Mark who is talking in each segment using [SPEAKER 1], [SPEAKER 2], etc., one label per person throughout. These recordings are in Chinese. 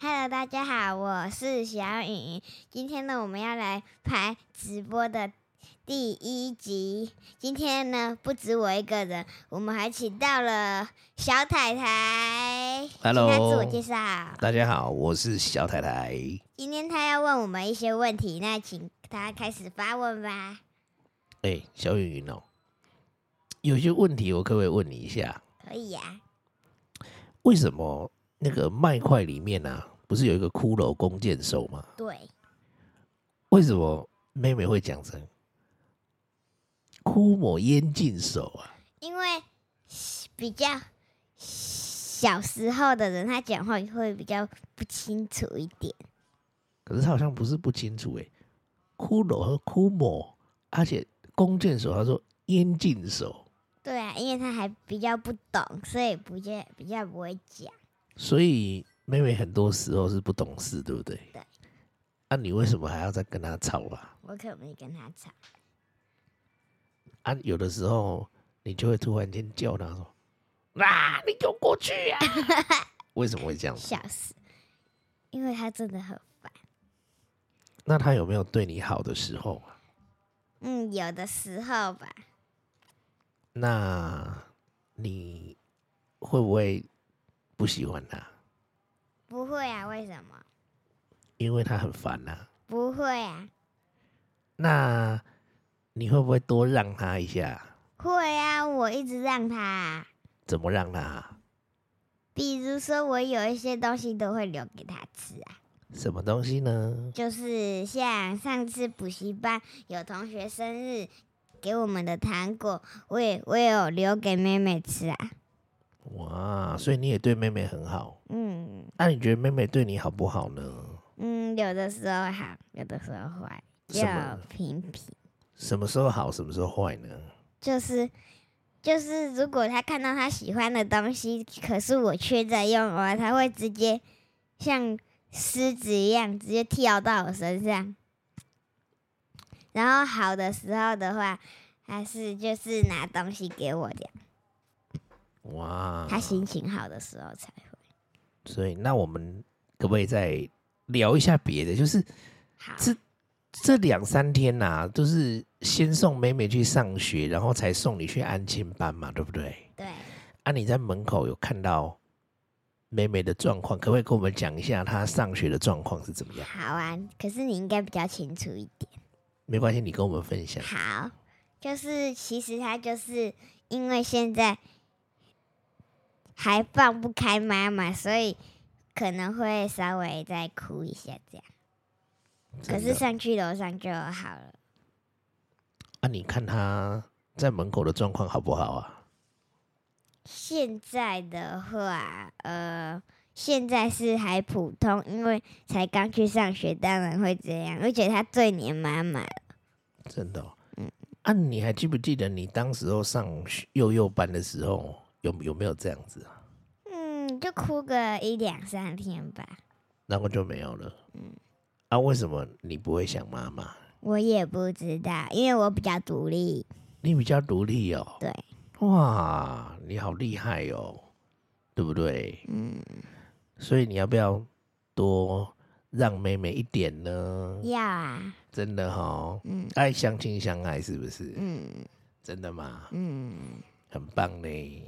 [SPEAKER 1] Hello，大家好，我是小雨。今天呢，我们要来排直播的第一集。今天呢，不止我一个人，我们还请到了小太太。
[SPEAKER 2] Hello
[SPEAKER 1] 请她自我介绍。
[SPEAKER 2] 大家好，我是小太太。
[SPEAKER 1] 今天她要问我们一些问题，那请她开始发问吧。
[SPEAKER 2] 哎、小云云哦，有些问题我可不可以问你一下？
[SPEAKER 1] 可以啊呀、
[SPEAKER 2] 为什么那个麦块里面啊，不是有一个骷髅弓箭手吗？
[SPEAKER 1] 对，
[SPEAKER 2] 为什么妹妹会讲成枯抹烟尽手啊？
[SPEAKER 1] 因为比较小时候的人，他讲话会比较不清楚一点。
[SPEAKER 2] 可是她好像不是不清楚哎、骷髅和枯抹，而且弓箭手她说烟尽手，
[SPEAKER 1] 对啊，因为他还比较不懂，所以不见比较不会讲。
[SPEAKER 2] 所以妹妹很多时候是不懂事，对不对？
[SPEAKER 1] 对。
[SPEAKER 2] 那、你为什么还要再跟她吵啊啦、
[SPEAKER 1] 我可没跟他吵。
[SPEAKER 2] 啊，有的时候你就会突然间叫他说：“啊，你给我过去啊！”为什么会这样子？
[SPEAKER 1] 笑死，因为他真的很烦。
[SPEAKER 2] 那他有没有对你好的时候啊？
[SPEAKER 1] 嗯，有的时候吧，
[SPEAKER 2] 那你会不会不喜欢他？
[SPEAKER 1] 不会啊，为什么？
[SPEAKER 2] 因为他很烦啊。
[SPEAKER 1] 不会啊，
[SPEAKER 2] 那你会不会多让他一下？
[SPEAKER 1] 会啊，我一直让他啊、
[SPEAKER 2] 怎么让他啊？
[SPEAKER 1] 比如说我有一些东西都会留给他吃啊，
[SPEAKER 2] 什么东西呢？
[SPEAKER 1] 就是像上次补习班有同学生日给我们的糖果，我也我也有留给妹妹吃啊。
[SPEAKER 2] 哇，所以你也对妹妹很好。
[SPEAKER 1] 嗯
[SPEAKER 2] 那、你觉得妹妹对你好不好呢？
[SPEAKER 1] 嗯，有的时候好，有的时候坏。
[SPEAKER 2] 什么
[SPEAKER 1] 要平平，
[SPEAKER 2] 什么时候好，什么时候坏呢？
[SPEAKER 1] 就是就是，如果他看到他喜欢的东西，可是我却在用的话，他会直接像狮子一样直接跳到我身上。然后好的时候的话，他是就是拿东西给我的，
[SPEAKER 2] 哇，
[SPEAKER 1] 他心情好的时候才会
[SPEAKER 2] 所以，那我们可不可以再聊一下别的？就是
[SPEAKER 1] 好。
[SPEAKER 2] 这这两三天呐、都是先送妹妹去上学，然后才送你去安亲班嘛，对不对？
[SPEAKER 1] 对，
[SPEAKER 2] 啊，你在门口有看到妹妹的状况，可不可以跟我们讲一下她上学的状况是怎么样？
[SPEAKER 1] 好啊。可是你应该比较清楚一点。
[SPEAKER 2] 没关系，你跟我们分享。
[SPEAKER 1] 好，就是其实他就是因为现在还放不开妈妈，所以可能会稍微再哭一下这样。可
[SPEAKER 2] 真的
[SPEAKER 1] 是上去楼上就好了，
[SPEAKER 2] 啊，你看她在门口的状况好不好啊？
[SPEAKER 1] 现在的话，呃，现在是还普通，因为才刚去上学，当然会这样。而且他最黏妈妈了，
[SPEAKER 2] 真的、哦，
[SPEAKER 1] 嗯
[SPEAKER 2] 啊，你还记不记得你当时候上学幼幼班的时候，有有没有这样子啊？
[SPEAKER 1] 嗯，就哭个一两三天吧。
[SPEAKER 2] 然后就没有了。嗯，啊，为什么你不会想妈妈？
[SPEAKER 1] 我也不知道，因为我比较独立。
[SPEAKER 2] 你比较独立哦。
[SPEAKER 1] 对。
[SPEAKER 2] 哇，你好厉害哦，对不对？嗯。所以你要不要多让妹妹一点呢？
[SPEAKER 1] 要啊，
[SPEAKER 2] 真的哦，
[SPEAKER 1] 嗯
[SPEAKER 2] 爱相亲相爱是不是？
[SPEAKER 1] 嗯。
[SPEAKER 2] 真的吗？
[SPEAKER 1] 嗯，
[SPEAKER 2] 很棒嘞。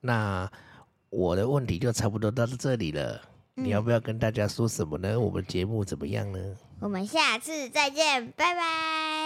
[SPEAKER 2] 那我的问题就差不多到这里了。你要不要跟大家说什么呢？我们节目怎么样呢？
[SPEAKER 1] 我们下次再见，拜拜。